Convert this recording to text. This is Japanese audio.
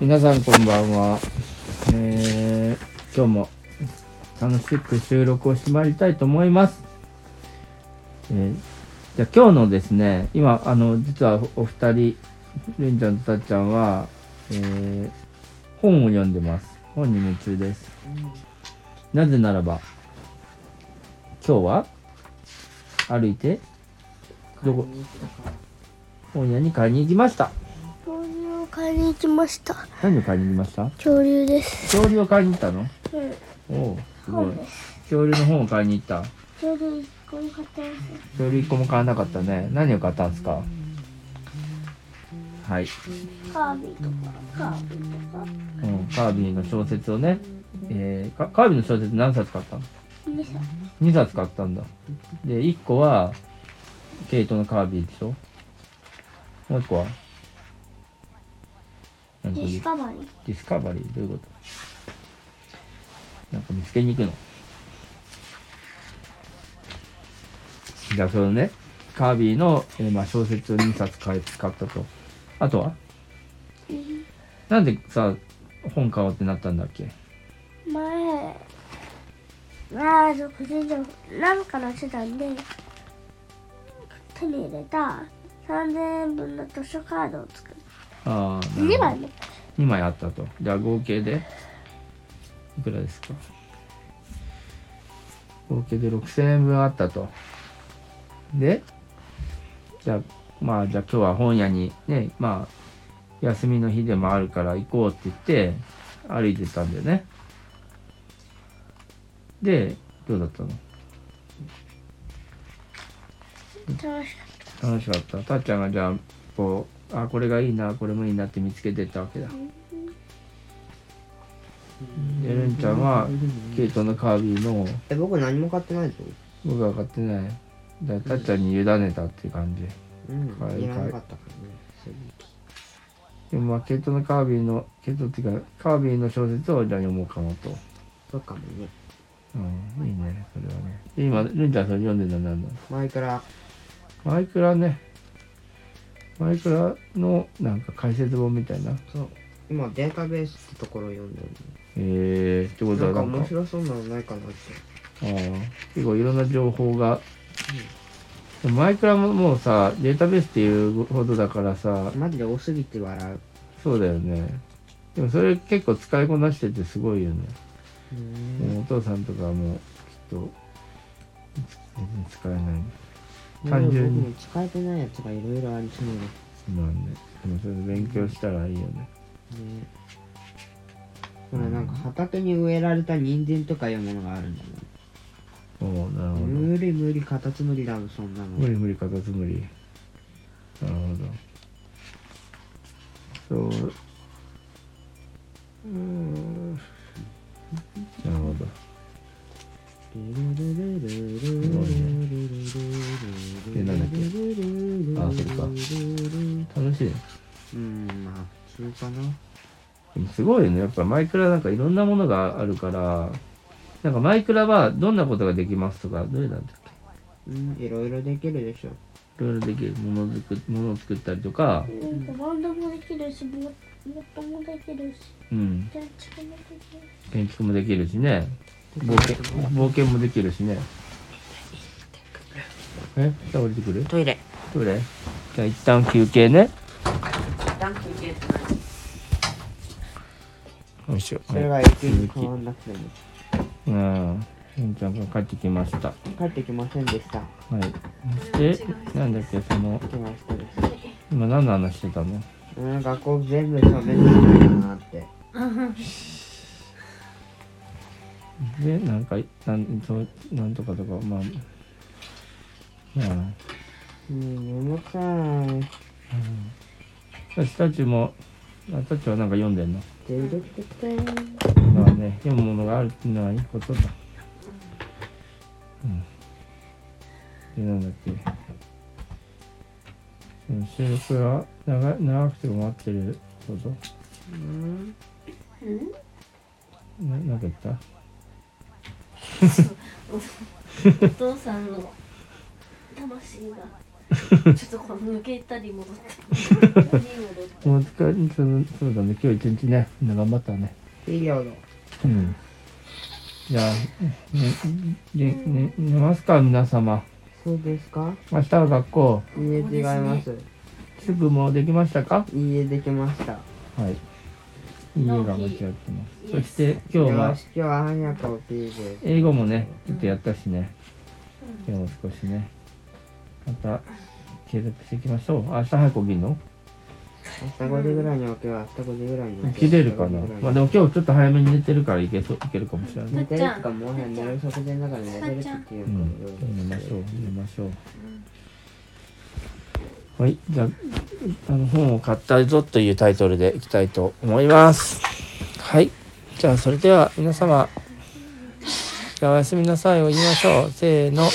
皆さんこんばんは。えー、今日も楽しく収録をしてまいりたいと思います。えーじゃあ今日のですね、今、あの、実はおお二人、るんちゃんとたっちゃんは、えー本を読んでます。本に夢中です。なぜならば、今日は歩いてどこ本屋に買いに行きました。ボールを買いに行きました。何を買いに行きました恐竜です。恐竜を買いに行ったのうん、おおすごそいうで恐竜の本を買いに行った恐竜一個も買ってま恐竜1個も買わなかったね何を買ったんですかはい、せん。カービィとか、カービィとか、うん、カービィの小説をね、えー、かカービィの小説何冊買ったのミサ、 2冊買ったんだで1個はケイトのカービィでしょもう1個はなんかディデスカバリー。ィスカバリーどういうことなんか見つけに行くのじゃあそのねカービィの、えーまあ、小説を2冊買い買ったとあとはなんでさ本買おうってなったんだっけ前、なあ、独自で、なんかの手段で、手に入れた3000円分の図書カードを作る。ああ2枚目。 2枚あったとじゃあ合計でいくらですか合計で6000円分あったとでじゃあまあじゃあ今日は本屋にねまあ休みの日でもあるから行こうって言って歩いてたんだよねでどうだったの楽しか楽しかったたっちゃんがじゃあこうあこれがいいなこれもいいなって見つけてったわけだでるんちゃんはケイトのカービィのえ僕何も買ってないぞ僕は買ってないだからたっちゃんに委ねたっていう感じうん買いいらなかったからねすぐでもまあケイトのカービィのケイトっていうかカービィの小説をじゃあ読もうかなとそうかもねうんいいねそれはねで今るんちゃんそれ読んでるのは何なの前からマイクラねマイクラのなんか解説本みたいなへそう今データベースってところを読んでるえってことなはんかなん面か白そうなのないかなってああ結構いろんな情報が、でもマイクラももうさデータベースっていうほどだからさマジで多すぎて笑うそうだよねでもそれ結構使いこなしててすごいよねうーもんうお父さんとかはもうきっと全然使えない単僕純にも使えてないやつがいろいろありそうなまあねでもそれ勉強したらいいよねねほらなんか畑に植えられた人参とかいうものがあるんだよおおなるほど無理無理カタツムリだもんそんなの無理無理カタツムリなるほどそううーんなるほどえなんだっあそれか楽しいねうんまあ普通かなでもすごいよねやっぱマイクラなんかいろんなものがあるからなんかマイクラはどんなことができますとかどれなんだっけうんいろいろできるでしょいろいろできるものづくものを作ったりとかった。なんかバンドもできるし、ボットもできるし、うんジャッジもできるし。建築もできるしね冒険冒険もできるしねえじゃあ降りてくるトイレ。どれじゃあ一旦休憩ねダンク入れてないよいしょそれははい永久に変わんなくてもうんりんちゃんが帰ってきましたは帰ってきませんでしたいでなんだっけその来ましたで今何の話してたのすうん学校全部喋ってないかなってでなんかなんそうなんとかとかまあまあうん眠たい私たちも私たちはなんか読んでんのてるててまあね読むものがあるっていうのはいいことだうんでなんだっけその収録が長長くても待ってることうんななんか言ったお父さんの魂がちょっとこう抜けたり戻ったり戻ったもう疲れそのそうだね今日一日ねみんな頑張ったねピリオド。うんじゃあ、ねねね、寝ますか皆様そうですか明日は学校いいえ、違います。宿もできましたかいいえ、できました。はいいい笑顔が違ってますそして今日よはし今日は早く起きるです。英語もねちょっとやったしね今日も少しねまた継続していきましょう明日早く起きるの明日5時ぐらいに起きよう。明日5時ぐらいに起きれるかなまあでも今日ちょっと早めに寝てるからいけそういけるかもしれない寝てるっていうか、もはや寝る直前だから寝てるっていううん寝か、ましょう寝ましょう、はいじゃああの本を買ったぞというタイトルでいきたいと思いますはいじゃあそれでは皆様じゃあおやすみなさいを言いましょうせーの